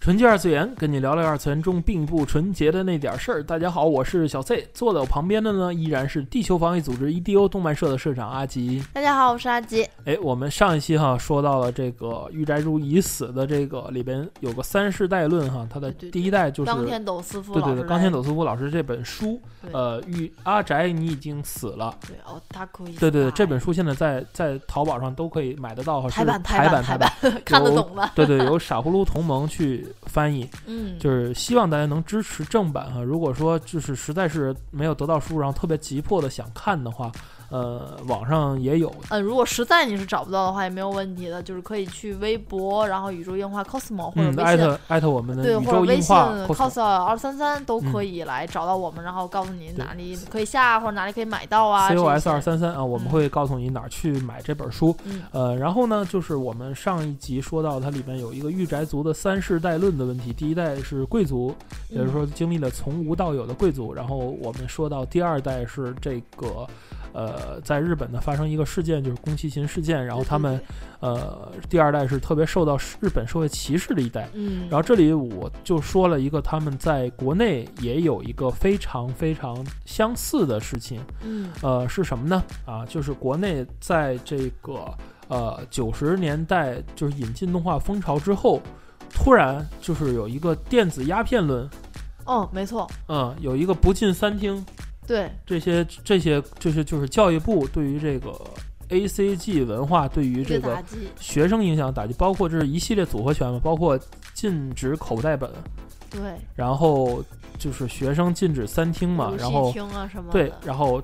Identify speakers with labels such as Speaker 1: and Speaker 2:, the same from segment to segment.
Speaker 1: 纯洁二次元，跟你聊聊二次元中并不纯洁的那点事儿。大家好，我是小 C，坐在我旁边的呢依然是地球防卫组织 EDO 动漫社的社长阿吉。
Speaker 2: 大家好，我是阿吉。
Speaker 1: 哎，我们上一期哈说到了这个御宅如已死的这个里边有个三世代论哈，它的
Speaker 2: 对对对
Speaker 1: 第一代就是
Speaker 2: 冈田斗司夫
Speaker 1: 对
Speaker 2: 老
Speaker 1: 对
Speaker 2: 师
Speaker 1: 对
Speaker 2: 来，
Speaker 1: 冈田斗司夫老师这本书，
Speaker 2: 对
Speaker 1: 呃，御阿宅你已经死了。
Speaker 2: 对哦，他可以。
Speaker 1: 对对对，这本书现在在在淘宝上都可以买得到哈，是
Speaker 2: 台版
Speaker 1: 台
Speaker 2: 版
Speaker 1: 台
Speaker 2: 版 看得
Speaker 1: 有
Speaker 2: 懂了。
Speaker 1: 对对，由傻呼噜同盟去翻译，
Speaker 2: 嗯，
Speaker 1: 就是希望大家能支持正版哈。如果说就是实在是没有得到书，然后特别急迫的想看的话，呃，网上也有。
Speaker 2: 呃，如果实在你是找不到的话，也没有问题的，就是可以去微博，然后宇宙硬化 cosmo 或者
Speaker 1: 嗯，艾
Speaker 2: 微信。
Speaker 1: 特艾特我们
Speaker 2: 对，
Speaker 1: 的宇
Speaker 2: 或者
Speaker 1: 宙
Speaker 2: 微
Speaker 1: 硬
Speaker 2: 信
Speaker 1: 化
Speaker 2: cos 二三三都可
Speaker 1: 嗯
Speaker 2: 以来找到我们，然后告诉你
Speaker 1: 对
Speaker 2: 哪里可以下或者哪里可以买到啊。这
Speaker 1: COS
Speaker 2: 些
Speaker 1: 二三三啊，我们
Speaker 2: 嗯
Speaker 1: 会告诉你哪儿去买这本书。
Speaker 2: 嗯，
Speaker 1: 呃，然后呢，就是我们上一集说到，它里面有一个御宅族的三世代论的问题。第一代是贵族，也
Speaker 2: 嗯
Speaker 1: 就是说经历了从无到有的贵族。然后我们说到第二代是这个，呃，在日本呢发生一个事件，就是宫崎勤事件。然后他们，呃，第二代是特别受到日本社会歧视的一代。
Speaker 2: 对，对对嗯，
Speaker 1: 然后这里我就说了一个他们在国内也有一个非常非常相似的事情，
Speaker 2: 嗯
Speaker 1: 呃，是什么呢？啊，就是国内在这个呃九十年代就是引进动画风潮之后，突然就是有一个电子鸦片论，
Speaker 2: 哦，没错，
Speaker 1: 嗯，有一个不进三厅，
Speaker 2: 对，
Speaker 1: 这些这些这些就是教育部对于这个 A C G 文化对于
Speaker 2: 一
Speaker 1: 这
Speaker 2: 个
Speaker 1: 个
Speaker 2: 打击，
Speaker 1: 学生影响打击，包括这是一系列组合拳嘛，包括禁止口袋本，
Speaker 2: 对，
Speaker 1: 然后就是学生禁止三厅嘛
Speaker 2: 游，
Speaker 1: 然
Speaker 2: 戏
Speaker 1: 后
Speaker 2: 厅啊什么
Speaker 1: 对
Speaker 2: 的，
Speaker 1: 然后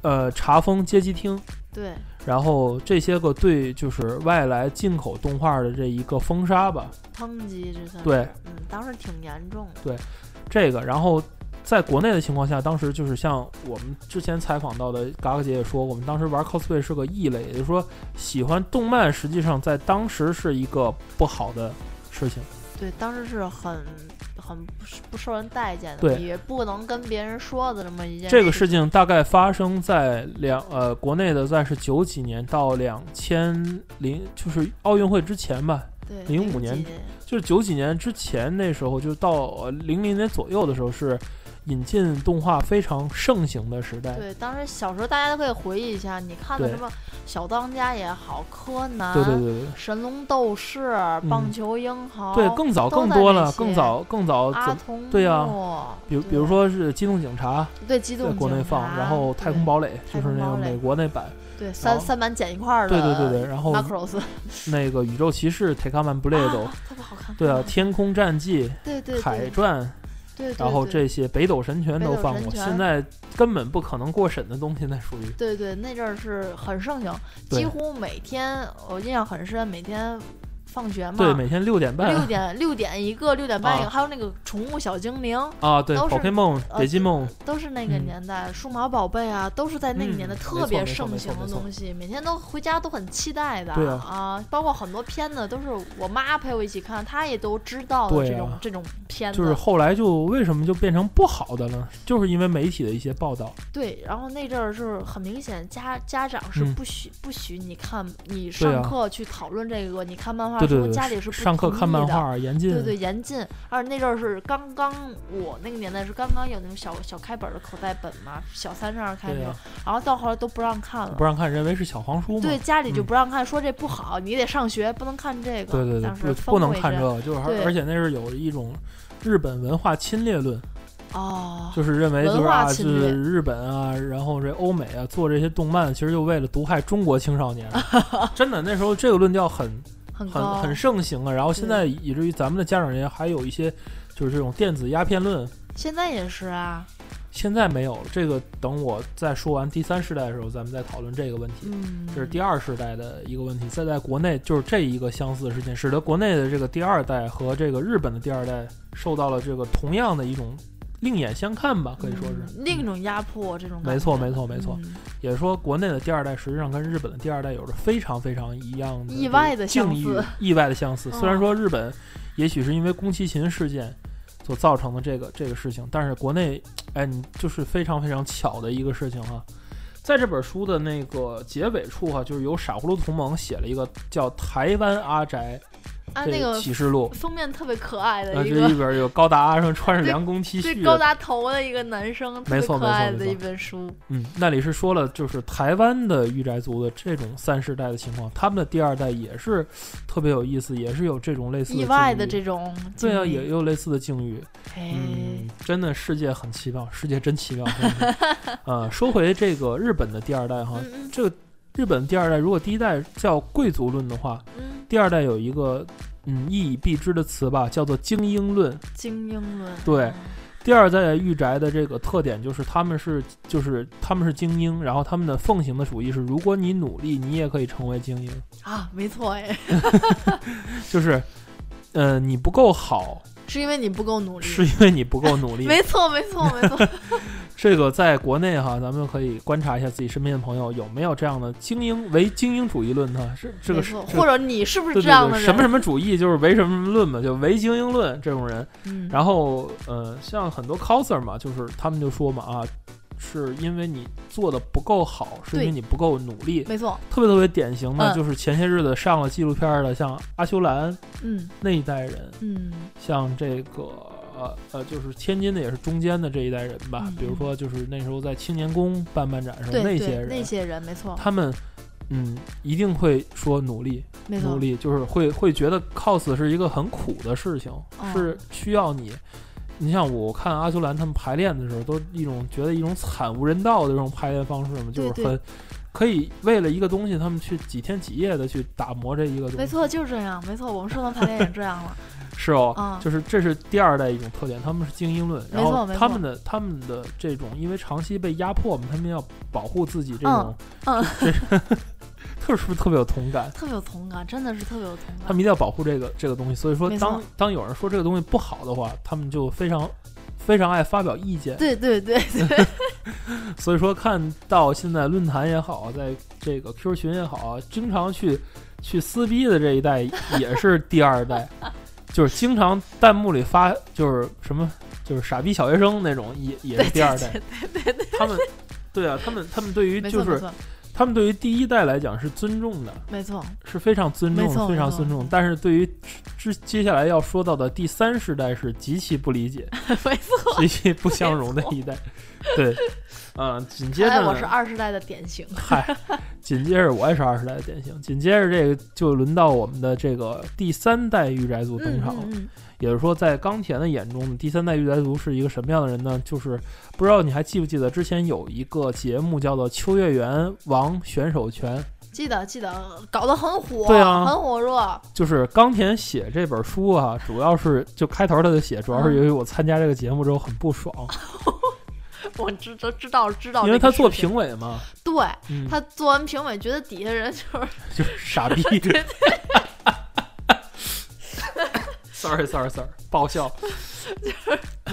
Speaker 1: 呃查封街机厅。
Speaker 2: 对，
Speaker 1: 然后这些个对就是外来进口动画的这一个封杀吧，
Speaker 2: 抨击这算是
Speaker 1: 对，
Speaker 2: 嗯，当时挺严重的，
Speaker 1: 这个，然后在国内的情况下，当时就是像我们之前采访到的嘎嘎姐也说，我们当时玩 cosplay 是个异类，也就是说喜欢动漫实际上在当时是一个不好的事情，
Speaker 2: 对，当时是很很不是不受人待见的，
Speaker 1: 对
Speaker 2: 也不能跟别人说的这么一件
Speaker 1: 这个
Speaker 2: 事
Speaker 1: 事情大概发生在两呃国内的在是九几年到两千零就是奥运会之前吧，
Speaker 2: 对
Speaker 1: 05
Speaker 2: 几
Speaker 1: 年就是九几年之前那时候，就是到呃零零年左右的时候，是引进动画非常盛行的时代。
Speaker 2: 对，当时小时候大家都可以回忆一下，你看的
Speaker 1: 对
Speaker 2: 什么小当家也好，柯南，
Speaker 1: 对对对对
Speaker 2: 神龙斗士、棒球英豪，
Speaker 1: 对，更早
Speaker 2: 哦都
Speaker 1: 更
Speaker 2: 在
Speaker 1: 多
Speaker 2: 那
Speaker 1: 了，
Speaker 2: 些
Speaker 1: 更早更早
Speaker 2: 阿
Speaker 1: 怎？
Speaker 2: 童木，
Speaker 1: 对呀比
Speaker 2: 对
Speaker 1: 如比如说是《机动警察》
Speaker 2: 对机动
Speaker 1: 在国内
Speaker 2: 警
Speaker 1: 放，
Speaker 2: 察
Speaker 1: 然后《太空
Speaker 2: 对
Speaker 1: 堡垒》
Speaker 2: 太
Speaker 1: 就是
Speaker 2: 空
Speaker 1: 那个
Speaker 2: 堡垒
Speaker 1: 美国那版，
Speaker 2: 对三
Speaker 1: 后
Speaker 2: 三板剪一块儿的，
Speaker 1: 对对对对，然后
Speaker 2: Macross
Speaker 1: 那个《宇宙骑士》《t a k a m a n Blade
Speaker 2: 啊》，特别好看，
Speaker 1: 对啊，《天空战记》
Speaker 2: 对对
Speaker 1: 《凯
Speaker 2: 对
Speaker 1: 传》，
Speaker 2: 对，对
Speaker 1: 然后
Speaker 2: 对
Speaker 1: 这些北斗神拳
Speaker 2: 北
Speaker 1: 都
Speaker 2: 斗
Speaker 1: 放
Speaker 2: 神
Speaker 1: 过，
Speaker 2: 拳
Speaker 1: 现在根本不可能过审的东西，那属于
Speaker 2: 对对，那阵儿是很盛行，
Speaker 1: 对
Speaker 2: 几乎每天我印象很深，每天放学嘛，
Speaker 1: 对，每天六点
Speaker 2: 六
Speaker 1: 半
Speaker 2: 点六点一个，六点半一个，
Speaker 1: 啊
Speaker 2: 还有那个宠物小精灵，
Speaker 1: 啊，对
Speaker 2: 都是
Speaker 1: ，Pokemon、
Speaker 2: 呃
Speaker 1: Digimon。
Speaker 2: 都是那个
Speaker 1: 嗯
Speaker 2: 年代，数码宝贝啊，都是在那个年代
Speaker 1: 嗯
Speaker 2: 特别
Speaker 1: 没错没错
Speaker 2: 盛行
Speaker 1: 没
Speaker 2: 的
Speaker 1: 错
Speaker 2: 东西，每天都回家都很期待的
Speaker 1: 对啊
Speaker 2: 啊，包括很多片子都是我妈陪我一起看，她也都知道的
Speaker 1: 对
Speaker 2: 这种
Speaker 1: 啊
Speaker 2: 这种片子，
Speaker 1: 就是后来就为什么就变成不好的了？就是因为媒体的一些报道，
Speaker 2: 对，然后那阵儿是很明显，家家长是
Speaker 1: 嗯
Speaker 2: 不许、不许你看，你
Speaker 1: 对
Speaker 2: 上
Speaker 1: 啊
Speaker 2: 课去讨论这个，你看漫画
Speaker 1: 对
Speaker 2: 书，
Speaker 1: 对
Speaker 2: 啊家里是
Speaker 1: 对，
Speaker 2: 不
Speaker 1: 上课
Speaker 2: 同
Speaker 1: 看
Speaker 2: 意
Speaker 1: 漫
Speaker 2: 的
Speaker 1: 画，嗯严禁，
Speaker 2: 对对，严禁。而那阵儿是刚刚我那个年代是刚刚有那种小小开本儿的口袋本嘛，小三上开那
Speaker 1: 对
Speaker 2: 种，
Speaker 1: 啊
Speaker 2: 然后到后来都不让看了
Speaker 1: 不。让看，认为是小黄书嘛，
Speaker 2: 对，
Speaker 1: 对
Speaker 2: 家里就
Speaker 1: 嗯
Speaker 2: 不让看，说这不好，你得上学，不能看这个。
Speaker 1: 对对
Speaker 2: 当时
Speaker 1: 不
Speaker 2: 氛
Speaker 1: 不能
Speaker 2: 围
Speaker 1: 看
Speaker 2: 这
Speaker 1: 这个，就是而
Speaker 2: 对
Speaker 1: 而且那是有一种日本文化侵略论，
Speaker 2: 哦，
Speaker 1: 就是认为就
Speaker 2: 文
Speaker 1: 是
Speaker 2: 化
Speaker 1: 啊，就
Speaker 2: 侵略
Speaker 1: 是日本啊，然后这欧美啊做这些动漫，其实就为了毒害中国青少 年，真的那时候这个论调很
Speaker 2: 很
Speaker 1: 很
Speaker 2: 高，
Speaker 1: 很盛行啊，然后现
Speaker 2: 对
Speaker 1: 在以至于咱们的家长也还有一些就是这种电子鸦片论。
Speaker 2: 现在也是啊，
Speaker 1: 现在没有了这个，等我再说完第三世代的时候，咱们再讨论这个问题。
Speaker 2: 嗯，
Speaker 1: 这是第二世代的一个问题。再在国内，就是这一个相似的事情，使得国内的这个第二代和这个日本的第二代受到了这个同样的一种另眼相看吧，可以说是。
Speaker 2: 嗯另一种压迫，这种感觉
Speaker 1: 没错，没错，没错。
Speaker 2: 嗯
Speaker 1: 也是说，国内的第二代实际上跟日本的第二代有着非常非常一样的
Speaker 2: 意外的
Speaker 1: 境
Speaker 2: 相
Speaker 1: 遇
Speaker 2: 似，
Speaker 1: 意外的相似。
Speaker 2: 嗯
Speaker 1: 虽然说日本也许是因为宫崎勤事件所造成的这个这个事情，但是国内，哎，你就是非常非常巧的一个事情哈、在这本书的那个结尾处哈、就是由傻葫芦同盟写了一个叫《台湾阿宅
Speaker 2: 啊，》那
Speaker 1: 这
Speaker 2: 个
Speaker 1: 启示录，
Speaker 2: 封面特别可爱
Speaker 1: 呃，
Speaker 2: 的一
Speaker 1: 这
Speaker 2: 个
Speaker 1: 一本有高达阿生穿着
Speaker 2: 对
Speaker 1: 凉宫 T
Speaker 2: 最
Speaker 1: 恤
Speaker 2: 高
Speaker 1: 的，
Speaker 2: 达头的一个男生，特
Speaker 1: 没
Speaker 2: 别
Speaker 1: 错
Speaker 2: 可
Speaker 1: 没错
Speaker 2: 爱
Speaker 1: 没
Speaker 2: 的
Speaker 1: 错
Speaker 2: 一本书。
Speaker 1: 嗯，那里是说了，就是台湾的御宅族的这种三世代的情况，他们的第二代也是特别有意思，也是有这种类似的
Speaker 2: 意外的
Speaker 1: 境遇
Speaker 2: 这种经
Speaker 1: 对啊，
Speaker 2: 历
Speaker 1: 也有类似的境遇。
Speaker 2: 哎，
Speaker 1: 嗯，真的世界很奇妙，世界真奇妙。真的是呃，说回这个日本的第二代哈，
Speaker 2: 嗯
Speaker 1: 这个日本第二代，如果第一代叫贵族论的话，
Speaker 2: 嗯，
Speaker 1: 第二代有一个嗯一以蔽之的词吧，叫做精英论。
Speaker 2: 精英论
Speaker 1: 对，第二代御宅的这个特点就是他们是就是他们是精英，然后他们的奉行的主义是，如果你努力，你也可以成为精英。
Speaker 2: 啊，没错哎，
Speaker 1: 就是，呃，你不够好，
Speaker 2: 是因为你不够努力，
Speaker 1: 是因为你不够努力。
Speaker 2: 没错没错没错，
Speaker 1: 这个在国内哈，咱们可以观察一下自己身边的朋友有没有这样的精英为精英主义论呢？是这
Speaker 2: 没
Speaker 1: 个是
Speaker 2: 错，
Speaker 1: 这个
Speaker 2: 或者你是不是
Speaker 1: 对对
Speaker 2: 这样
Speaker 1: 对，
Speaker 2: 的人？
Speaker 1: 什么什么主义就是唯什么什么论嘛，就唯精英论这种人。
Speaker 2: 嗯，
Speaker 1: 然后呃，像很多 coser 嘛，就是他们就说嘛啊，是因为你做的不够好，是因为
Speaker 2: 对
Speaker 1: 你不够努力。
Speaker 2: 没错，
Speaker 1: 特别特别典型的
Speaker 2: 嗯
Speaker 1: 就是前些日子上了纪录片的，像阿修兰
Speaker 2: 嗯
Speaker 1: 那一代人，
Speaker 2: 嗯
Speaker 1: 像这个呃呃，就是天津的也是中间的这一代人吧，
Speaker 2: 嗯
Speaker 1: 比如说就是那时候在青年宫办漫展上
Speaker 2: 对
Speaker 1: 那
Speaker 2: 对
Speaker 1: 些人，
Speaker 2: 那些人没错
Speaker 1: 他们嗯一定会说努力
Speaker 2: 没错
Speaker 1: 努，力，就是会会觉得 cos 是一个很苦的事情，
Speaker 2: 嗯
Speaker 1: 是需要你。你像我看阿修兰他们排练的时候，都一种觉得一种惨无人道的这种排练方式嘛，就是
Speaker 2: 对
Speaker 1: 很可以为了一个东西，他们去几天几夜的去打磨这一个东西。
Speaker 2: 没错就是这样，没错，我们社团排练也这样了，
Speaker 1: 是哦，
Speaker 2: 啊
Speaker 1: 就是这是第二代一种特点，他们是精英论，
Speaker 2: 没错
Speaker 1: 然后
Speaker 2: 没错
Speaker 1: 他们的他们的这种因为长期被压迫嘛，他们要保护自己这种，
Speaker 2: 嗯
Speaker 1: 这 特是不是特别有同感？
Speaker 2: 特别有同感，真的是特别有同
Speaker 1: 他
Speaker 2: 感
Speaker 1: 们。一定要保护这个这个东西，所以说
Speaker 2: 没错
Speaker 1: 当当有人说这个东西不好的话，他们就非常非常爱发表意见。
Speaker 2: 对对对对，
Speaker 1: 所以说看到现在论坛也好，在这个 Q 群也好，经常去去撕逼的这一代也是第二 代，就是经常弹幕里发就是什么就是傻逼小学生那种，也也是第二代。他们对啊，他们他们对于
Speaker 2: 没
Speaker 1: 就
Speaker 2: 错没
Speaker 1: 是
Speaker 2: 错
Speaker 1: 他们对于第一代来讲是尊重的，
Speaker 2: 没错，
Speaker 1: 是非常尊
Speaker 2: 没
Speaker 1: 重，
Speaker 2: 错
Speaker 1: 非常
Speaker 2: 没错
Speaker 1: 尊重
Speaker 2: 嗯。
Speaker 1: 但是对于之之接下来要说到的第三世代是极其不理解、
Speaker 2: 没错。
Speaker 1: 极其不相容的一代。对，嗯，紧接
Speaker 2: 哎，
Speaker 1: 着
Speaker 2: 我
Speaker 1: 呢
Speaker 2: 是二十代的典型，
Speaker 1: 嗨，紧接着我也是二十代的典型，紧接着这个就轮到我们的这个第三代御宅族登
Speaker 2: 嗯
Speaker 1: 场了。
Speaker 2: 嗯嗯，
Speaker 1: 也就是说，在冈田的眼中，第三代御宅族是一个什么样的人呢？就是不知道你还记不记得之前有一个节目叫做《秋叶原王选手权》，
Speaker 2: 记得记得，搞得很火，
Speaker 1: 对啊
Speaker 2: 很火热，
Speaker 1: 就是冈田写这本书啊，主要是就开头他就写，主要
Speaker 2: 嗯
Speaker 1: 是由于我参加这个节目之后很不爽，
Speaker 2: 哦我知知知道知道，
Speaker 1: 因为他做，评委嘛，
Speaker 2: 对
Speaker 1: 嗯，
Speaker 2: 他做完评委，觉得底下人就是
Speaker 1: 就是傻 逼。sorry sorry sorry，爆 笑。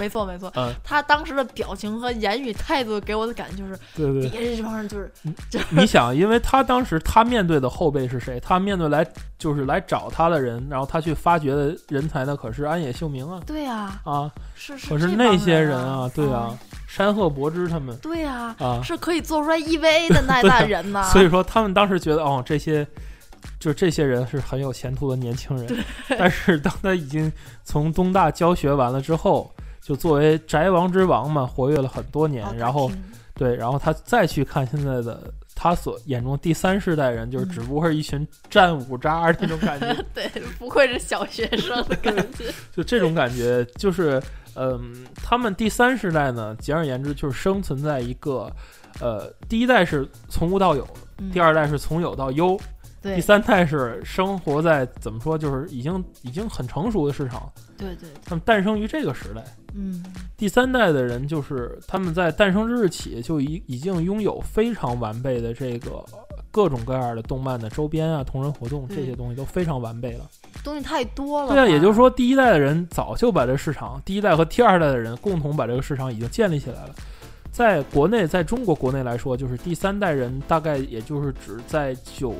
Speaker 2: 没错没错
Speaker 1: 嗯，
Speaker 2: 他当时的表情和言语态度给我的感觉就是，
Speaker 1: 对对
Speaker 2: 底
Speaker 1: 对，
Speaker 2: 下这帮人就是
Speaker 1: 你想，因为他当时他面对的后辈是谁？他面对来就是来找他的人，然后他去发掘的人才呢，可是安野秀明啊
Speaker 2: 对呀，
Speaker 1: 啊，
Speaker 2: 是是，
Speaker 1: 可是
Speaker 2: 这
Speaker 1: 那
Speaker 2: 帮
Speaker 1: 些
Speaker 2: 人
Speaker 1: 人啊，对
Speaker 2: 嗯
Speaker 1: 啊，，山贺博之他们
Speaker 2: 对呀，
Speaker 1: 啊，
Speaker 2: 是可以做出来 EVA 的那一代人呐，
Speaker 1: 所以说他们当时觉得，哦，这些就是这些人是很有前途的年轻人。但是当他已经从东大教学完了之后，就作为宅王之王嘛，活跃了很多年。
Speaker 2: 哦
Speaker 1: 啊然后
Speaker 2: 大厅
Speaker 1: 对，然后他再去看现在的他所眼中第三世代人，就是
Speaker 2: 嗯
Speaker 1: 只不过是一群战五渣儿那种感觉，
Speaker 2: 对，不愧是小学生的感觉，
Speaker 1: 就这种感觉，就是嗯，他们第三世代呢，简而言之就是生存在一个。呃，第一代是从无到有，
Speaker 2: 嗯
Speaker 1: 第二代是从有到优，
Speaker 2: 对
Speaker 1: 第三代是生活在怎么说，就是已经已经很成熟的市场，
Speaker 2: 对对，
Speaker 1: 他们诞生于这个时代。
Speaker 2: 嗯，
Speaker 1: 第三代的人就是他们在诞生之日起就已已经拥有非常完备的这个各种各样的动漫的周边啊、同人活动这
Speaker 2: 嗯
Speaker 1: 些东西都非常完备了。
Speaker 2: 东西太多了吧。
Speaker 1: 对啊，也就是说，第一代的人早就把这市场，第一代和第二代的人共同把这个市场已经建立起来了。在国内，在中国国内来说，就是第三代人大概也就是指在九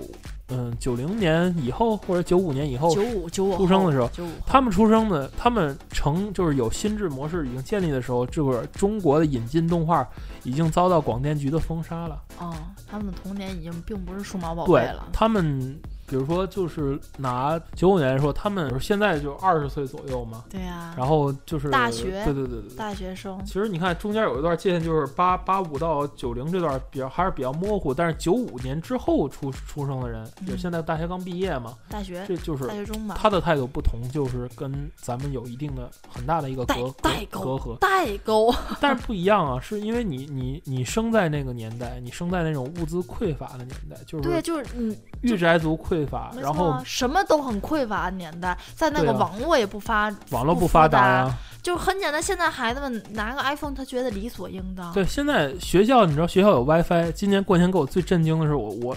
Speaker 1: 嗯九零年以后或者九五年以后
Speaker 2: 九五九五
Speaker 1: 哦出生的时候
Speaker 2: 九五
Speaker 1: 他们出生的，他们成就是有心智模式已经建立的时候，这个中国的引进动画已经遭到广电局的封杀了。
Speaker 2: 哦，他们的童年已经并不是数码宝贝
Speaker 1: 对
Speaker 2: 了，
Speaker 1: 他们，比如说就是拿九五年来说，他们就是现在就二十岁左右嘛，
Speaker 2: 对呀、
Speaker 1: 然后就是
Speaker 2: 大学
Speaker 1: 对对对对对。
Speaker 2: 大学生
Speaker 1: 其实你看中间有一段界限，就是八八五到九零这段比较还是比较模糊，但是九五年之后出出生的人，
Speaker 2: 嗯
Speaker 1: 就现在大学刚毕业嘛，
Speaker 2: 大学
Speaker 1: 这就是
Speaker 2: 大学中吧，
Speaker 1: 他的态度不同，就是跟咱们有一定的很大的一个
Speaker 2: 代
Speaker 1: 隔
Speaker 2: 代
Speaker 1: 隔
Speaker 2: 沟
Speaker 1: 隔 阂，
Speaker 2: 代沟，
Speaker 1: 但是不一样啊，是因为你你你生在那个年代，你生在那种物资匮乏的年代，就
Speaker 2: 对，
Speaker 1: 是
Speaker 2: 就是你
Speaker 1: 御宅族匮乏，
Speaker 2: 没
Speaker 1: 然
Speaker 2: 错
Speaker 1: 后
Speaker 2: 啊什么都很匮乏的年代，在那
Speaker 1: 对
Speaker 2: 个
Speaker 1: 啊
Speaker 2: 网络也不发，
Speaker 1: 网络
Speaker 2: 不
Speaker 1: 不
Speaker 2: 发
Speaker 1: 发达啊
Speaker 2: 达
Speaker 1: 呀、
Speaker 2: 就很简单。现在孩子们拿个 iPhone，他觉得理所应当。
Speaker 1: 对，现在学校你知道学校有 WiFi，今年过年给我最震惊的是我我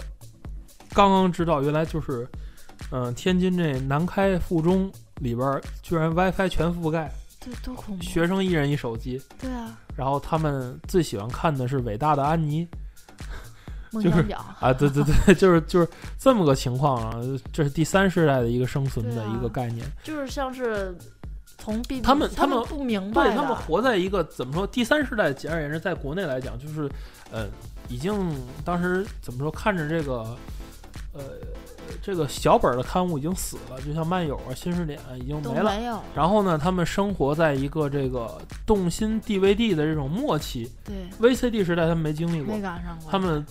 Speaker 1: 刚刚知道原来就是，嗯、天津这南开附中里边儿居然 WiFi 全覆盖，
Speaker 2: 对，多恐怖！
Speaker 1: 学生一人一手机，
Speaker 2: 对啊，
Speaker 1: 然后他们最喜欢看的是伟大的安妮。
Speaker 2: 梦
Speaker 1: 就是
Speaker 2: 想表。
Speaker 1: 啊，对对对， 就是就是这么个情况啊，这是第三世代的一个生存
Speaker 2: 对
Speaker 1: 的
Speaker 2: 啊
Speaker 1: 一个概念。
Speaker 2: 就是像是从 B
Speaker 1: 他们
Speaker 2: 他
Speaker 1: 他们
Speaker 2: 不明白
Speaker 1: 对
Speaker 2: 的，
Speaker 1: 他们活在一个怎么说？第三世代，简而言之，在国内来讲，就是呃，已经当时怎么说，看着这个呃这个小本儿的刊物已经死了，就像漫友啊、新视点啊已经
Speaker 2: 都
Speaker 1: 没了。
Speaker 2: 没有。
Speaker 1: 然后呢，他们生活在一个这个动心 DVD 的这种末期
Speaker 2: 对，
Speaker 1: ，VCD 时代他们没经历过
Speaker 2: 没，赶上过。
Speaker 1: 他们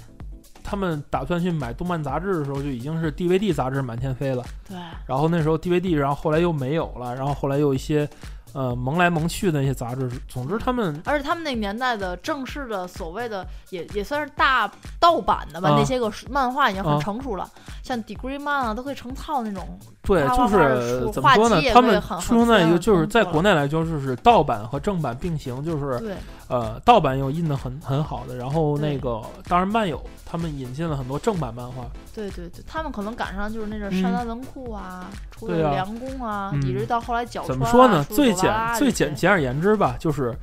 Speaker 1: 他们打算去买动漫杂志的时候，就已经是 DVD 杂志满天飞了。
Speaker 2: 对
Speaker 1: 然后那时候 DVD，然后后来又没有了，然后后来又一些呃蒙来蒙去的那些杂志。总之，他们
Speaker 2: 而且他们那个年代的正式的所谓的也也算是大盗版的吧，
Speaker 1: 啊
Speaker 2: 那些个漫画已经很
Speaker 1: 啊
Speaker 2: 成熟了，像 Degree 漫啊都可以成套那种。
Speaker 1: 对，
Speaker 2: 画
Speaker 1: 就
Speaker 2: 画的
Speaker 1: 是
Speaker 2: 书
Speaker 1: 怎么说
Speaker 2: 画
Speaker 1: 呢
Speaker 2: 技也？
Speaker 1: 他
Speaker 2: 会
Speaker 1: 们
Speaker 2: 很
Speaker 1: 出生在一
Speaker 2: 很
Speaker 1: 个，就是
Speaker 2: 丰富
Speaker 1: 在
Speaker 2: 了
Speaker 1: 国内来说，就是盗版和正版并行，就是
Speaker 2: 对
Speaker 1: 呃，盗版又印的很很好的，然后
Speaker 2: 对
Speaker 1: 那个当然漫友他们引进了很多正版漫画，
Speaker 2: 对对对，他们可能赶上就是那种
Speaker 1: 嗯
Speaker 2: 山丹文库啊，出的
Speaker 1: 对啊
Speaker 2: 梁公啊，
Speaker 1: 嗯
Speaker 2: 以至于到后来角川、啊、
Speaker 1: 怎么说呢？
Speaker 2: 出的
Speaker 1: 最
Speaker 2: 朵
Speaker 1: 简
Speaker 2: 拉拉
Speaker 1: 最
Speaker 2: 啊这
Speaker 1: 简
Speaker 2: 些
Speaker 1: 简而言之吧，就是，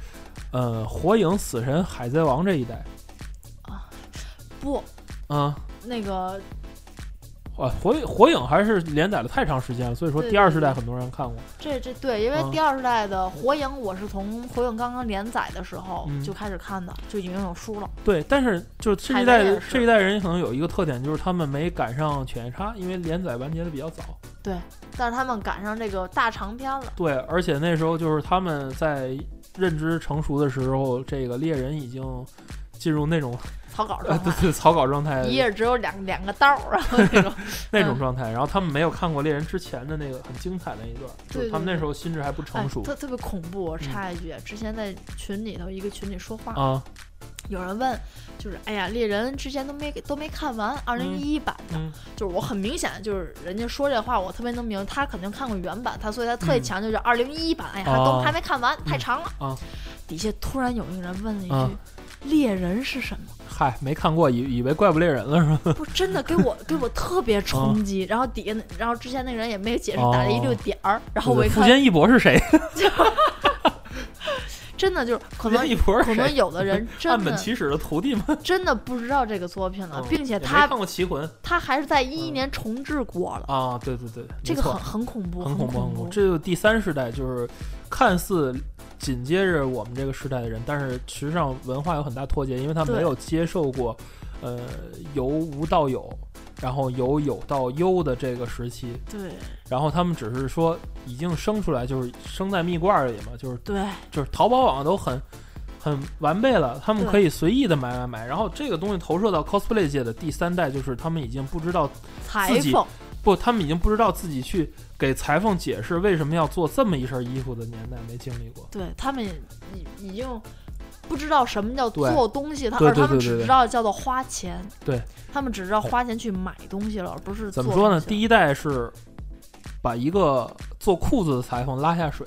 Speaker 1: 呃，火影、死神、海贼王这一代，
Speaker 2: 不
Speaker 1: 啊、
Speaker 2: 那个
Speaker 1: 啊，火影火影还是连载了太长时间了，所以说
Speaker 2: 对
Speaker 1: 第二世
Speaker 2: 对
Speaker 1: 代
Speaker 2: 对
Speaker 1: 很多人看过。
Speaker 2: 这这对，因为
Speaker 1: 嗯
Speaker 2: 第二世代的火影，我是从火影刚刚连载的时候
Speaker 1: 嗯
Speaker 2: 就开始看的，就已经有书了。
Speaker 1: 对，但是就是这
Speaker 2: 海
Speaker 1: 一
Speaker 2: 贼
Speaker 1: 代
Speaker 2: 也
Speaker 1: 的
Speaker 2: 是
Speaker 1: 这一代人可能有一个特点，就是他们没赶上《犬夜叉》，因为连载完结的比较早。
Speaker 2: 但是他们赶上这个大长篇了，
Speaker 1: 对，而且那时候就是他们在认知成熟的时候，这个猎人已经进入那种
Speaker 2: 草稿
Speaker 1: 呃
Speaker 2: 状
Speaker 1: 对
Speaker 2: 态，
Speaker 1: 对草稿状态
Speaker 2: 一页嗯只有两两个道儿，啊然后那种
Speaker 1: 那种状态，然后他们没有看过猎人之前的那个很精彩的那一段，就
Speaker 2: 对
Speaker 1: 是
Speaker 2: 对
Speaker 1: 他们那
Speaker 2: 对
Speaker 1: 时候心智还不
Speaker 2: 哎
Speaker 1: 成熟
Speaker 2: 特特别恐怖。我插一句，之前在群里头一个群里说话，
Speaker 1: 嗯啊。
Speaker 2: 有人问，就是哎呀，猎人之前都没都没看完二零一一版的，
Speaker 1: 嗯
Speaker 2: 就是我很明显就是人家说这话，我特别能明白，他肯定看过原版，他所以他特意
Speaker 1: 嗯
Speaker 2: 强调就是二零一一版，哎呀，
Speaker 1: 哦
Speaker 2: 都还没看完，太长了。
Speaker 1: 啊
Speaker 2: 底下突然有一个人问了一句：“
Speaker 1: 啊
Speaker 2: 猎人是什么
Speaker 1: 嗨，没看过，以以为怪物猎人了是吧？？”
Speaker 2: 不，真的给我给我特 别
Speaker 1: 哦
Speaker 2: 冲击。然后底下那，然后之前那个人也没有解释，打了一溜点儿。然 啊后我一
Speaker 1: 福
Speaker 2: 看，
Speaker 1: 建一博是谁？
Speaker 2: 真的就是可
Speaker 1: 福
Speaker 2: 能
Speaker 1: 建一博
Speaker 2: 可
Speaker 1: 是
Speaker 2: 能
Speaker 1: 谁？
Speaker 2: 有 的人
Speaker 1: 岸
Speaker 2: 真
Speaker 1: 本
Speaker 2: 的
Speaker 1: 齐史的徒弟吗？
Speaker 2: 真的不知道这个作品了，
Speaker 1: 嗯
Speaker 2: 并且
Speaker 1: 也没
Speaker 2: 他
Speaker 1: 看过《棋魂》
Speaker 2: 他还是在一一年重置过了，
Speaker 1: 啊，对对对，没
Speaker 2: 这个
Speaker 1: 错
Speaker 2: 很很恐怖，
Speaker 1: 很恐
Speaker 2: 恐
Speaker 1: 怖，很恐怖。这就第三世代，就是看似紧接着我们这个时代的人，但是实际上文化有很大脱节，因为他
Speaker 2: 对
Speaker 1: 没有接受过，呃，由无到有，然后由有到优的这个时期，
Speaker 2: 对
Speaker 1: 然后他们只是说已经生出来，就是生在蜜罐儿里嘛，就是
Speaker 2: 对
Speaker 1: 就是淘宝网都很。很完备了，他们
Speaker 2: 对
Speaker 1: 可以随意的买买买。然后这个东西投射到 cosplay 界的第三代，就是他们已经不知道
Speaker 2: 裁
Speaker 1: 自己
Speaker 2: 缝，
Speaker 1: 不，他们已经不知道自己去给裁缝解释为什么要做这么一身衣服的年代没经历过。
Speaker 2: 对他们已已经不知道什么叫
Speaker 1: 对
Speaker 2: 做东西，他
Speaker 1: 对
Speaker 2: 而
Speaker 1: 对
Speaker 2: 他们
Speaker 1: 对对
Speaker 2: 只
Speaker 1: 对
Speaker 2: 知道叫做花钱，
Speaker 1: 对
Speaker 2: 他们只知道花钱去买东西了，而不是
Speaker 1: 怎么
Speaker 2: 做
Speaker 1: 说呢？
Speaker 2: 东西
Speaker 1: 第一代是把一个做裤子的裁缝拉下水，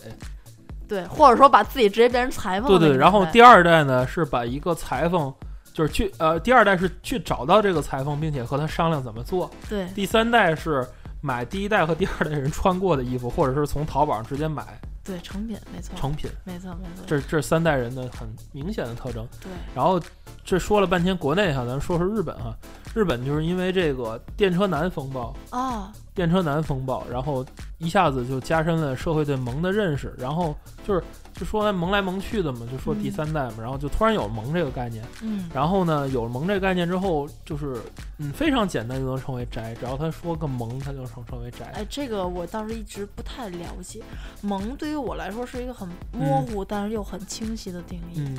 Speaker 2: 对，或者说把自己直接变成裁缝
Speaker 1: 对
Speaker 2: 了。
Speaker 1: 对。
Speaker 2: 你
Speaker 1: 然后
Speaker 2: 哦明白
Speaker 1: 第二代呢是把一个裁缝，就是去呃，第二代是去找到这个裁缝，并且和他商量怎么做。
Speaker 2: 对
Speaker 1: 第三代是买第一代和第二代人穿过的衣服，或者是从淘宝上直接买
Speaker 2: 对成品，没错，
Speaker 1: 成品。
Speaker 2: 没错没错，
Speaker 1: 这这是三代人的很明显的特征。
Speaker 2: 对
Speaker 1: 然后这说了半天国内哈，咱们说说日本哈。日本就是因为这个电车男风暴，
Speaker 2: 啊，
Speaker 1: 电车男风暴，然后一下子就加深了社会对萌的认识，然后就是就说来萌来萌去的嘛，就说第三代嘛，然后就突然有萌这个概念，
Speaker 2: 嗯
Speaker 1: 然后呢有了萌这个概念之后，就是嗯非常简单就能成为宅，只要他说个萌，他就能成为宅。
Speaker 2: 哎，这个我倒是一直不太了解。萌对于我来说是一个很模糊，但是又很清晰的定义。
Speaker 1: 嗯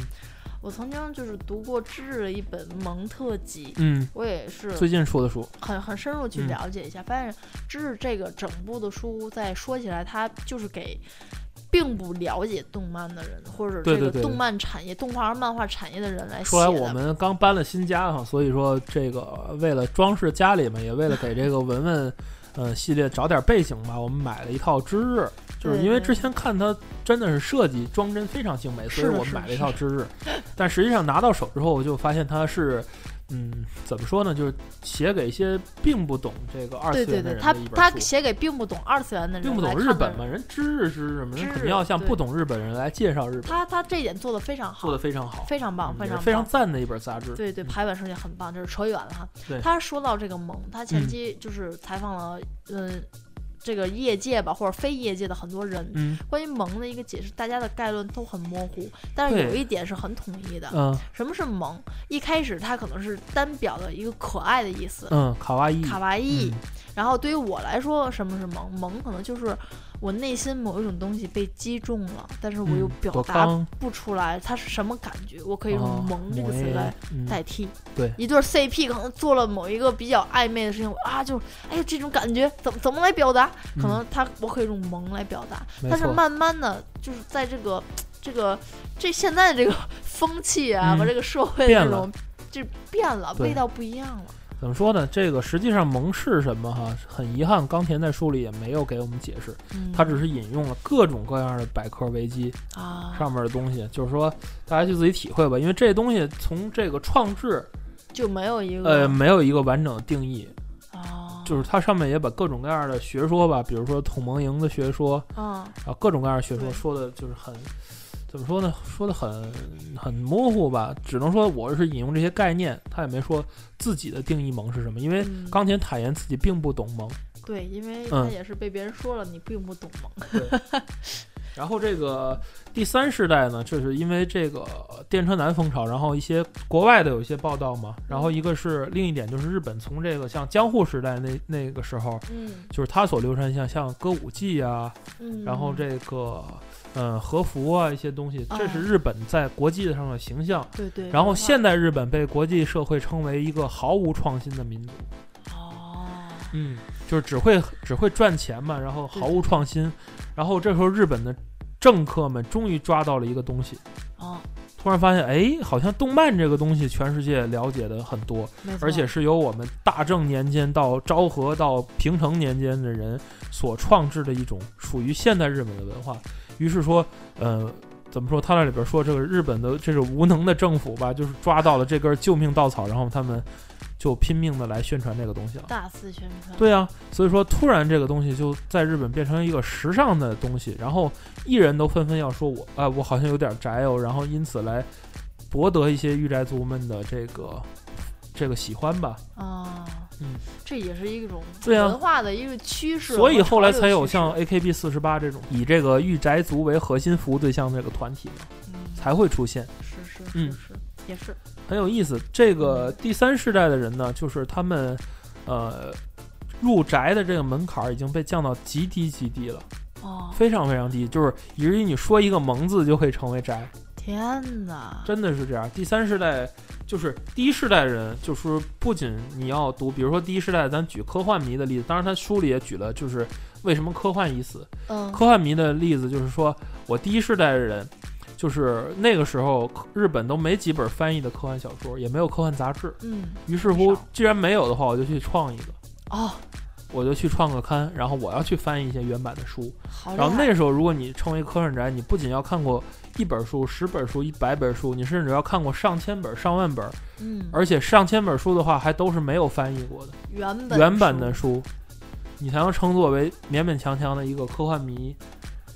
Speaker 2: 我曾经就是读过知的一本萌特辑，
Speaker 1: 嗯，
Speaker 2: 我也是
Speaker 1: 最近出的书，
Speaker 2: 很很深入去
Speaker 1: 嗯
Speaker 2: 了解一下，发现知这个整部的书在说起来，它就是给。并不了解动漫的人，或者
Speaker 1: 对
Speaker 2: 这
Speaker 1: 对
Speaker 2: 个
Speaker 1: 对
Speaker 2: 动漫产业、动画漫画产业的人来写的。
Speaker 1: 说来我们刚搬了新家哈，所以说这个为了装饰家里嘛，也为了给这个文文，呃系列找点背景吧，我们买了一套知日，就是
Speaker 2: 对
Speaker 1: 因为
Speaker 2: 对
Speaker 1: 之前看它真的是设计装帧非常精美，所
Speaker 2: 是
Speaker 1: 以
Speaker 2: 的
Speaker 1: 我们
Speaker 2: 是的
Speaker 1: 买了一套知 日，但实际上拿到手之后，我就发现它是。嗯，怎么说呢？就是写给一些并不懂这个二次
Speaker 2: 对对
Speaker 1: 元的
Speaker 2: 对，
Speaker 1: 人
Speaker 2: 他
Speaker 1: 的一本
Speaker 2: 他
Speaker 1: 书，
Speaker 2: 写给并不懂二次元的人，
Speaker 1: 并不懂日本嘛，。人知日是什么？人
Speaker 2: 知
Speaker 1: 肯定要
Speaker 2: 日
Speaker 1: 向
Speaker 2: 对
Speaker 1: 不懂日本人来介绍日本，
Speaker 2: 他他这一点做的非常好，
Speaker 1: 做的非常好，
Speaker 2: 非常棒，
Speaker 1: 嗯也
Speaker 2: 非
Speaker 1: 是
Speaker 2: 常
Speaker 1: 非常
Speaker 2: 棒
Speaker 1: 赞的一本杂志。
Speaker 2: 对对，
Speaker 1: 嗯
Speaker 2: 排版设计很棒，就是扯远了哈
Speaker 1: 对。
Speaker 2: 他说到这个萌，他前
Speaker 1: 嗯
Speaker 2: 期就是采访了，嗯，这个业界吧或者非业界的很多人，
Speaker 1: 嗯
Speaker 2: 关于萌的一个解释，大家的概论都很模糊，但是
Speaker 1: 对
Speaker 2: 有一点是很统一的。
Speaker 1: 嗯
Speaker 2: 什么是萌？一开始它可能是单表的一个可爱的意思，
Speaker 1: 嗯，卡哇伊，
Speaker 2: 卡哇伊。
Speaker 1: 嗯
Speaker 2: 然后对于我来说，什么是萌？萌可能就是我内心某一种东西被击中了，但是我又
Speaker 1: 嗯
Speaker 2: 表
Speaker 1: 朵
Speaker 2: 达
Speaker 1: 康
Speaker 2: 不出来它是什么感觉，我可以
Speaker 1: 哦
Speaker 2: 用“萌”这个
Speaker 1: 摩
Speaker 2: 词
Speaker 1: 耶
Speaker 2: 来
Speaker 1: 嗯
Speaker 2: 代替。
Speaker 1: 对
Speaker 2: 一对 CP 可能做了某一个比较暧昧的事情啊，就哎呀这种感觉怎么怎么来表达？
Speaker 1: 嗯
Speaker 2: 可能他我可以用“萌”来表达，
Speaker 1: 没
Speaker 2: 但是
Speaker 1: 错
Speaker 2: 慢慢的就是在这个这个这现在这个风气啊
Speaker 1: 嗯
Speaker 2: 和这个社会
Speaker 1: 变
Speaker 2: 这
Speaker 1: 了
Speaker 2: 种就变了，
Speaker 1: 对
Speaker 2: 味道不一样了。
Speaker 1: 怎么说呢？这个实际上萌是什么哈？很遗憾，冈田在书里也没有给我们解释，
Speaker 2: 嗯，
Speaker 1: 他只是引用了各种各样的百科维基
Speaker 2: 啊，
Speaker 1: 上面的东西，就是说大家去自己体会吧。因为这东西从这个创制，
Speaker 2: 就没有一个
Speaker 1: 呃，没有一个完整的定义，
Speaker 2: 啊，
Speaker 1: 就是它上面也把各种各样的学说吧，比如说统盟营的学说
Speaker 2: 嗯
Speaker 1: 啊，各种各样的学说
Speaker 2: 对
Speaker 1: 说的就是很。怎么说呢？说的很很模糊吧，只能说我是引用这些概念，他也没说自己的定义萌是什么，因为
Speaker 2: 嗯
Speaker 1: 冈田坦言自己并不懂萌。
Speaker 2: 对，因为
Speaker 1: 嗯
Speaker 2: 他也是被别人说了你并不懂萌，
Speaker 1: 然后这个第三世代呢，就是因为这个电车男风潮，然后一些国外的有一些报道嘛。然
Speaker 2: 嗯
Speaker 1: 后一个是另一点就是日本从这个像江户时代那那个时候，
Speaker 2: 嗯
Speaker 1: 就是它所流传像像歌舞伎啊，
Speaker 2: 嗯，
Speaker 1: 然后这个嗯和服啊一些东西，这是日本在国际上的形象。
Speaker 2: 对嗯对，
Speaker 1: 然后
Speaker 2: 文化
Speaker 1: 现代日本被国际社会称为一个毫无创新的民族。
Speaker 2: 哦，
Speaker 1: 嗯，就是只会只会赚钱嘛，然后毫无创新，然后这时候日本的政客们终于抓到了一个东西，
Speaker 2: 哦，
Speaker 1: 突然发现，哎，好像动漫这个东西全世界了解的很多，
Speaker 2: 没错，
Speaker 1: 而且是由我们大正年间到昭和到平成年间的人所创制的一种属于现代日本的文化。于是说，呃。怎么说？他那里边说，这个日本的这种无能的政府吧，就是抓到了这根救命稻草，然后他们就拼命的来宣传这个东西了。
Speaker 2: 大肆宣传，
Speaker 1: 对啊，所以说突然这个东西就在日本变成一个时尚的东西，然后艺人都纷纷要说我啊、我好像有点宅哦，然后因此来博得一些御宅族们的这个这个喜欢吧。
Speaker 2: 啊，
Speaker 1: 嗯，
Speaker 2: 这也是一种
Speaker 1: 对啊
Speaker 2: 文化的一个趋势，
Speaker 1: 所以
Speaker 2: 和潮
Speaker 1: 后来
Speaker 2: 流
Speaker 1: 才有
Speaker 2: 趋势
Speaker 1: 像 AKB 四十八这种以这个御宅族为核心服务对象这个团体嘛，
Speaker 2: 嗯
Speaker 1: 才会出现，
Speaker 2: 是是
Speaker 1: 嗯
Speaker 2: 是是，也是
Speaker 1: 很有意思。这个第三世代的人呢，就是他们呃入宅的这个门槛儿已经被降到极低极低了。
Speaker 2: 哦，
Speaker 1: 非常非常低，就是以至于你说一个“萌”字就可以成为宅，
Speaker 2: 天哪，
Speaker 1: 真的是这样。第三世代就是第一世代人，就是不仅你要读，比如说第一世代，咱举科幻迷的例子，当然他书里也举了，就是为什么科幻已死。
Speaker 2: 嗯
Speaker 1: 科幻迷的例子就是说，我第一世代的人，就是那个时候日本都没几本翻译的科幻小说，也没有科幻杂志。
Speaker 2: 嗯，
Speaker 1: 于是乎
Speaker 2: 少，
Speaker 1: 既然没有的话，我就去创一个，
Speaker 2: 哦，
Speaker 1: 我就去创个刊，然后我要去翻译一些原版的书。
Speaker 2: 好厉
Speaker 1: 然后
Speaker 2: 害
Speaker 1: 那时候，如果你成为科幻宅，你不仅要看过一本书、十本书、一百本书，你甚至要看过上千本、上万本，
Speaker 2: 嗯，
Speaker 1: 而且上千本书的话，还都是没有翻译过的。
Speaker 2: 原本
Speaker 1: 原版的书，你才能称作为勉勉强强的一个科幻迷。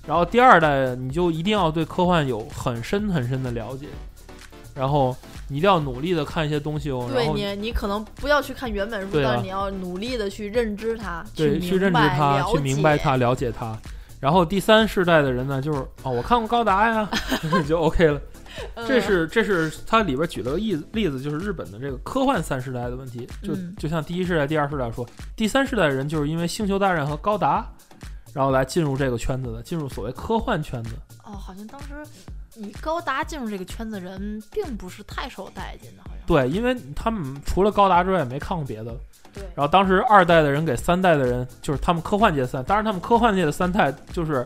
Speaker 1: 然后第二代，你就一定要对科幻有很深很深的了解，然后你一定要努力的看一些东西哦，然
Speaker 2: 对
Speaker 1: 后
Speaker 2: 你，你可能不要去看原本书，
Speaker 1: 对啊
Speaker 2: 但是你要努力的去认知它，
Speaker 1: 对去
Speaker 2: 去
Speaker 1: 认
Speaker 2: 明
Speaker 1: 知
Speaker 2: 白
Speaker 1: 它，
Speaker 2: 了
Speaker 1: 去明白
Speaker 2: 解
Speaker 1: 它，了解它。然后第三世代的人呢，就是哦，我看过高达呀， 就 OK 了。这
Speaker 2: 嗯
Speaker 1: 是这是它里边举了个例子例子，就是日本的这个科幻三世代的问题，就、
Speaker 2: 嗯
Speaker 1: 就像第一世代、第二世代说，第三世代的人就是因为星球大战和高达，然后来进入这个圈子的，进入所谓科幻圈子。
Speaker 2: 哦，好像当时以高达进入这个圈子人并不是太受待见的，好像
Speaker 1: 对，因为他们除了高达之外也没看过别的了。
Speaker 2: 对，
Speaker 1: 然后当时二代的人给三代的人，就是他们科幻界的三，当然他们科幻界的三代就是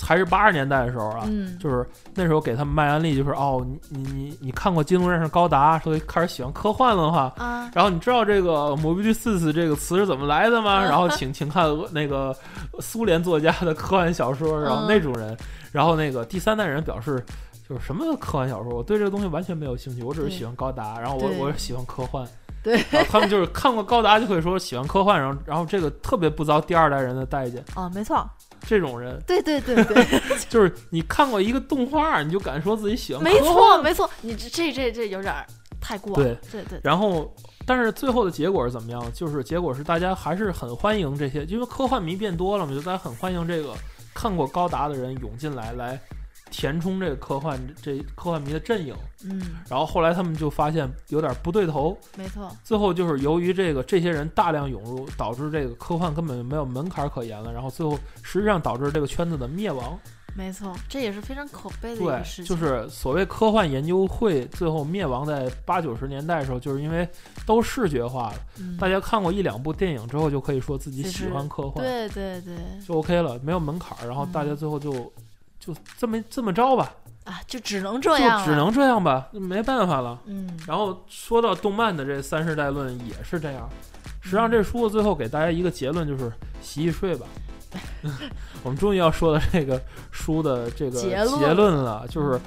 Speaker 1: 还是八十年代的时候啊，
Speaker 2: 嗯，
Speaker 1: 就是那时候给他们卖安利，就是哦，你你你你看过《机动战士高达》，所以开始喜欢科幻了的话，
Speaker 2: 啊，
Speaker 1: 然后你知道这个 “mobility” 这个词是怎么来的吗？
Speaker 2: 嗯
Speaker 1: 然后请请看俄那个苏联作家的科幻小说，
Speaker 2: 嗯
Speaker 1: 然后那种人，然后那个第三代人表示。就是什么科幻小说，我对这个东西完全没有兴趣，我只是
Speaker 2: 对
Speaker 1: 喜欢高达，然后我
Speaker 2: 对
Speaker 1: 我喜欢科幻，
Speaker 2: 对
Speaker 1: 然后他们就是看过高达就会说喜欢科幻，然后然后这个特别不遭第二代人的待见，
Speaker 2: 啊，没错，
Speaker 1: 这种人
Speaker 2: 对对对对，
Speaker 1: 就是你看过一个动画，你就敢说自己喜欢科
Speaker 2: 没
Speaker 1: 幻，
Speaker 2: 错没错，你这这这这有点儿太过了，对对
Speaker 1: 然后，但是最后的结果是怎么样？就是结果是大家还是很欢迎这些，因为科幻迷变多了嘛，就大家很欢迎这个看过高达的人涌进来，来填充这个科幻这科幻迷的阵营。
Speaker 2: 嗯，
Speaker 1: 然后后来他们就发现有点不对头，
Speaker 2: 没错，
Speaker 1: 最后就是由于这个这些人大量涌入，导致这个科幻根本没有门槛可言了，然后最后实际上导致这个圈子的灭亡。
Speaker 2: 没错，这也是非常可悲的一
Speaker 1: 对
Speaker 2: 个事，
Speaker 1: 就
Speaker 2: 情，
Speaker 1: 是所谓科幻研究会最后灭亡在八九十年代的时候，就是因为都视觉化了。
Speaker 2: 嗯
Speaker 1: 大家看过一两部电影之后，就可以说自己
Speaker 2: 其
Speaker 1: 喜
Speaker 2: 实
Speaker 1: 欢科幻，
Speaker 2: 对对对
Speaker 1: 就 OK 了，没有门槛儿。然后大家
Speaker 2: 嗯
Speaker 1: 最后就、就这么这么着吧，
Speaker 2: 啊，就只能这
Speaker 1: 就
Speaker 2: 样，
Speaker 1: 只，能这样吧，没办法了。
Speaker 2: 嗯，
Speaker 1: 然后说到动漫的这三世代论也是这样，实际上
Speaker 2: 嗯
Speaker 1: 这书最后给大家一个结论就是洗洗睡 吧。我们终于要说的这个书的这个
Speaker 2: 结论
Speaker 1: 结论了，
Speaker 2: 嗯
Speaker 1: 就是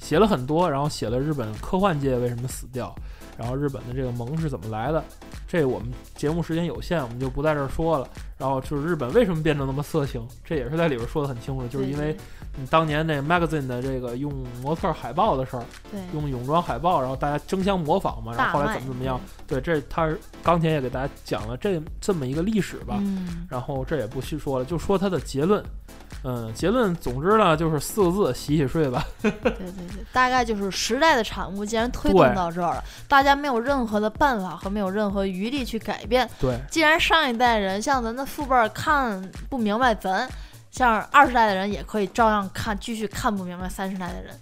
Speaker 1: 写了很多，然后写了日本科幻界为什么死掉，然后日本的这个萌是怎么来的，这我们节目时间有限，我们就不在这儿说了。然后就是日本为什么变成那么色情，这也是在里边说的很清楚，就是
Speaker 2: 对
Speaker 1: 因为你当年那 magazine 的这个用模特海报的事儿，
Speaker 2: 对对
Speaker 1: 用泳装海报，然后大家争相模仿嘛，然
Speaker 2: 大
Speaker 1: 后后来
Speaker 2: 卖
Speaker 1: 怎么怎么样？对，这他是钢铁也给大家讲了这这么一个历史吧，
Speaker 2: 嗯，
Speaker 1: 然后这也不细说了，就说他的结论。嗯，结论总之呢就是四个字：洗洗睡吧。
Speaker 2: 对对对，大概就是时代的产物，既然推
Speaker 1: 对
Speaker 2: 动到这儿了，大家没有任何的办法和没有任何余力去改变。
Speaker 1: 对
Speaker 2: 既然上一代人像咱的父辈儿看不明白咱，像二十代的人也可以照样看，继续看不明白三十代的人。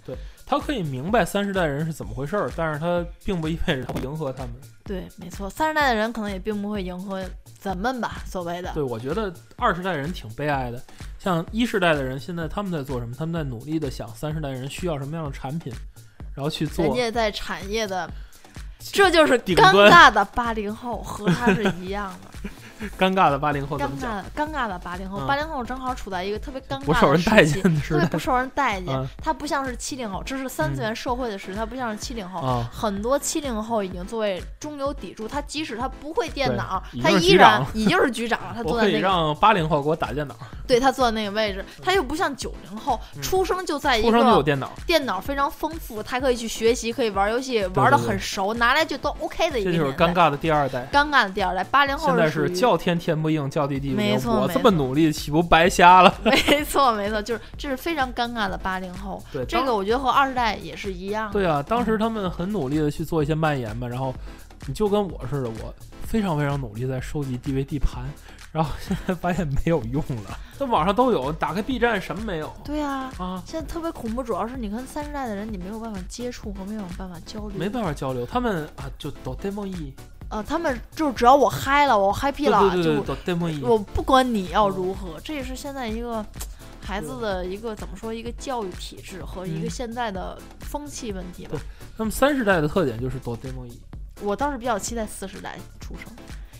Speaker 1: 他可以明白三十代人是怎么回事儿，但是他并不意味着他会迎合他们。
Speaker 2: 对，没错，三十代的人可能也并不会迎合咱们吧，所谓的
Speaker 1: 对，我觉得二十代人挺悲哀的。像一世代的人，现在他们在做什么？他们在努力的想三十代人需要什么样的产品，然后去
Speaker 2: 人
Speaker 1: 做。
Speaker 2: 家在产业的，这就是
Speaker 1: 顶
Speaker 2: 尴
Speaker 1: 端
Speaker 2: 尬的八零后和他是一样的。
Speaker 1: 尴尬的八零后
Speaker 2: 尴
Speaker 1: 怎么讲？
Speaker 2: 尬尴尬的八零后，
Speaker 1: 嗯
Speaker 2: 八零后正好处在一个特别尴尬的
Speaker 1: 不受人
Speaker 2: 时
Speaker 1: 待
Speaker 2: 期
Speaker 1: 见的时
Speaker 2: 特别
Speaker 1: 代
Speaker 2: 不受人待
Speaker 1: 嗯
Speaker 2: 见。他不像是七零后，这是三次
Speaker 1: 嗯
Speaker 2: 元社会的时代，他不像是七零后。
Speaker 1: 啊，
Speaker 2: 很多七零后已经作为中流砥柱，他即使他不会电脑
Speaker 1: 对，
Speaker 2: 他
Speaker 1: 已经是
Speaker 2: 依
Speaker 1: 局长
Speaker 2: 然已经是局长了。他
Speaker 1: 我
Speaker 2: 坐
Speaker 1: 可
Speaker 2: 在
Speaker 1: 以
Speaker 2: 那个，
Speaker 1: 让八零后给我打电脑，
Speaker 2: 对他坐在那个位置，他又不像九零后，
Speaker 1: 嗯
Speaker 2: 出生就在一
Speaker 1: 出生就有
Speaker 2: 个
Speaker 1: 电脑，
Speaker 2: 电脑非常丰富，他可以去学习，可以玩游戏，玩的很熟，拿来就都 OK 的一个
Speaker 1: 这就是
Speaker 2: 年
Speaker 1: 尴
Speaker 2: 代。
Speaker 1: 尬的第二代。
Speaker 2: 尴尬的第二代，八零后
Speaker 1: 现在
Speaker 2: 属
Speaker 1: 是
Speaker 2: 于
Speaker 1: 叫天天不应，叫地地不
Speaker 2: 没
Speaker 1: 灵。
Speaker 2: 错
Speaker 1: 我
Speaker 2: 没
Speaker 1: 这么努力，岂不白瞎了？
Speaker 2: 没错，没错，就是这是非常尴尬的八零后，
Speaker 1: 对，
Speaker 2: 这
Speaker 1: 当
Speaker 2: 个我觉得和二十代也是一样的。
Speaker 1: 对啊，当时他们很努力的去做一些蔓延嘛，然后你就跟我似的，我非常非常努力在收集 DVD 盘，然后现在发现没有用了，这网上都有，打开 B 站什么没有
Speaker 2: 对啊，
Speaker 1: 啊？
Speaker 2: 现在特别恐怖，主要是你跟三十代的人，你没有办法接触和没有办法交流。
Speaker 1: 没办法交流，他们啊就都 demo 一，
Speaker 2: 呃，他们就是只要我嗨了，我 happy
Speaker 1: 对
Speaker 2: 了，
Speaker 1: 对对，嗯
Speaker 2: 就
Speaker 1: 都 demo 一，
Speaker 2: 我不管你要如何，这也是现在一个孩子的一个怎么说一个教育体制和一个
Speaker 1: 嗯
Speaker 2: 现在的风气问题吧。
Speaker 1: 那么三十代的特点就是多电梦一，
Speaker 2: 我倒是比较期待四十代出生，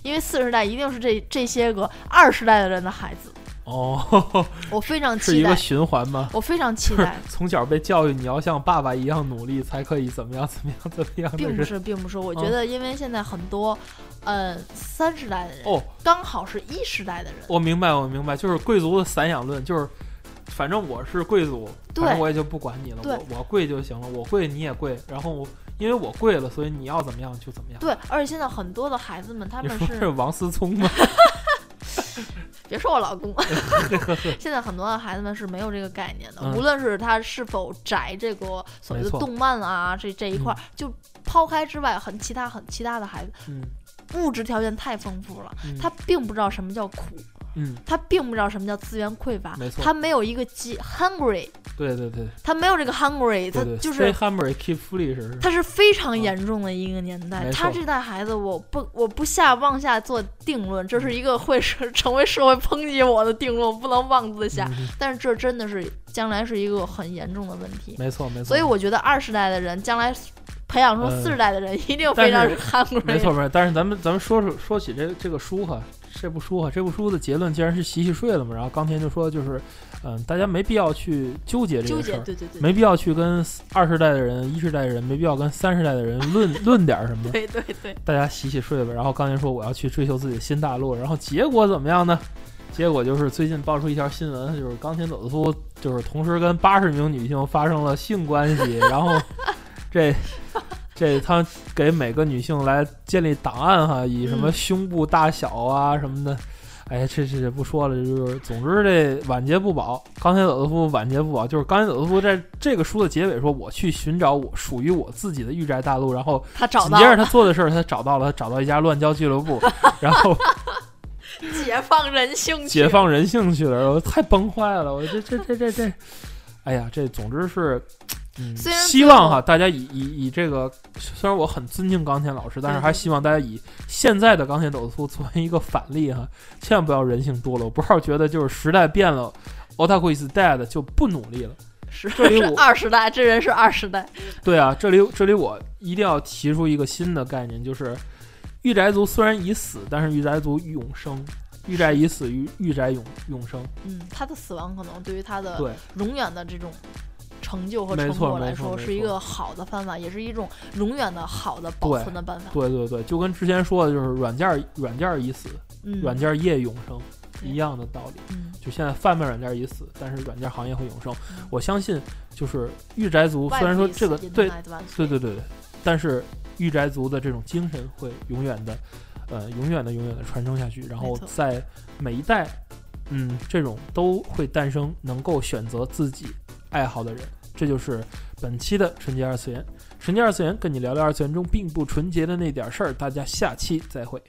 Speaker 2: 因为四十代一定是这这些个二十代的人的孩 子，
Speaker 1: 哦，
Speaker 2: 我非常
Speaker 1: 是
Speaker 2: 期
Speaker 1: 一个
Speaker 2: 待，
Speaker 1: 循环吗？
Speaker 2: 我非常期
Speaker 1: 就是
Speaker 2: 待。
Speaker 1: 从小被教育你要像爸爸一样努力，才可以怎么样怎么样怎么样的
Speaker 2: 并不
Speaker 1: 人。
Speaker 2: 是，并不是，我觉
Speaker 1: 嗯
Speaker 2: 得因为现在很多，嗯，三十代的人
Speaker 1: 哦，
Speaker 2: 刚好是一时代的人，
Speaker 1: 我明白，我明白，就是贵族的散养论，就是反正我是贵族，
Speaker 2: 对
Speaker 1: 反正我也就不管你了，
Speaker 2: 对
Speaker 1: 我我贵就行了，我贵你也贵，然后我因为我贵了，所以你要怎么样就怎么样。
Speaker 2: 对，而且现在很多的孩子们，他
Speaker 1: 你
Speaker 2: 们
Speaker 1: 说是
Speaker 2: 是
Speaker 1: 王思聪吗？
Speaker 2: 别说我 老公， 现在很多的孩子们是没有这个概念的，
Speaker 1: 嗯
Speaker 2: 无论是他是否宅这个所谓
Speaker 1: 没
Speaker 2: 的
Speaker 1: 错
Speaker 2: 动漫啊，这这一块儿，就抛开之外，很其他很其他的孩子，
Speaker 1: 嗯，
Speaker 2: 物质条件太丰富了，
Speaker 1: 嗯
Speaker 2: 他并不知道什么叫苦，
Speaker 1: 嗯，
Speaker 2: 他并不知道什么叫资源匮乏
Speaker 1: 没，错
Speaker 2: 他没有一个饥 hungry，
Speaker 1: 对对对
Speaker 2: 他没有这个 hungry，他
Speaker 1: 对对，
Speaker 2: 就是
Speaker 1: Stay hungry, keep foolish 是
Speaker 2: 他是非常
Speaker 1: 嗯
Speaker 2: 严重的一个年代。
Speaker 1: 没
Speaker 2: 他
Speaker 1: 错
Speaker 2: 这代孩子，我不我不下妄下做定论，这是一个会是成为社会抨击我的定论，我不能妄自下。
Speaker 1: 嗯
Speaker 2: 但是这真的是将来是一个很严重的问题，
Speaker 1: 没错没错，
Speaker 2: 所以我觉得二十代的人将来培养出
Speaker 1: 呃
Speaker 2: 四十代的人，一定
Speaker 1: 但
Speaker 2: 非常
Speaker 1: 是
Speaker 2: 韩国人。
Speaker 1: 没错没错。但是咱们咱们说说说起这这个书哈，这部书哈，这部书的结论既然是洗洗睡了嘛，然后钢铁就说就是，嗯、大家没必要去纠结这
Speaker 2: 纠
Speaker 1: 个事
Speaker 2: 结，
Speaker 1: 儿。
Speaker 2: 对对对，
Speaker 1: 没必要去跟二十代的人、一世代的人，没必要跟三十代的人论论点儿什么，
Speaker 2: 对对对，
Speaker 1: 大家洗洗睡吧。然后刚才说我要去追求自己的新大陆，然后结果怎么样呢？结果就是最近爆出一条新闻，就是钢琴走的夫就是同时跟八十名女性发生了性关系，然后 这这他给每个女性来建立档案哈，以什么
Speaker 2: 嗯
Speaker 1: 胸部大小啊什么的。哎，这这这不说了，就是总之这晚节不保。钢铁走的夫晚节不保，就是钢铁走的夫在这个书的结尾说，我去寻找我属于我自己的御宅大陆，然后
Speaker 2: 他找
Speaker 1: 紧
Speaker 2: 到
Speaker 1: 接着
Speaker 2: 了
Speaker 1: 他做的事儿，他找到了，他找到一家乱交俱乐部， 然 后
Speaker 2: 解放人性，
Speaker 1: 解放人性去了，我太崩坏了，我这这这这这，哎呀，这总之是，嗯，
Speaker 2: 虽然
Speaker 1: 希望哈大家以以以这个，虽然我很尊敬钢铁老师，但是还希望大家以现在的钢铁斗夫作为一个反例哈，千万不要人性堕落，不要觉得就是时代变了。Otaku is dead 就不努力了。
Speaker 2: 是
Speaker 1: 这里 我
Speaker 2: 二十代，这人是二十代，
Speaker 1: 对啊，这里这里我一定要提出一个新的概念，就是御宅族虽然已死，但是御宅族永生，御宅已死，御御宅永永生。
Speaker 2: 嗯，他的死亡可能对于他的
Speaker 1: 对，
Speaker 2: 永远的这种成就和
Speaker 1: 没
Speaker 2: 成
Speaker 1: 错
Speaker 2: 果
Speaker 1: 没
Speaker 2: 来
Speaker 1: 错
Speaker 2: 说，
Speaker 1: 没
Speaker 2: 是一
Speaker 1: 错
Speaker 2: 个好的办法，也是一种永远的好的保
Speaker 1: 对
Speaker 2: 存的办法。
Speaker 1: 对对对，就跟之前说的，就是软件儿软件儿已死，
Speaker 2: 嗯，
Speaker 1: 软件儿业永生
Speaker 2: 对
Speaker 1: 一样的道理。
Speaker 2: 嗯，
Speaker 1: 就现在贩卖软件儿已死，但是软件儿行业会永生
Speaker 2: 嗯。
Speaker 1: 我相信，就是御宅族虽然说这个对对对对对，但是御宅族的这种精神会永远的，呃，永远的永远的传承下去，然后
Speaker 2: 没错
Speaker 1: 在每一代，嗯，这种都会诞生能够选择自己爱好的人，这就是本期的纯洁二次元。纯洁二次元跟你聊聊二次元中并不纯洁的那点事儿，大家下期再会，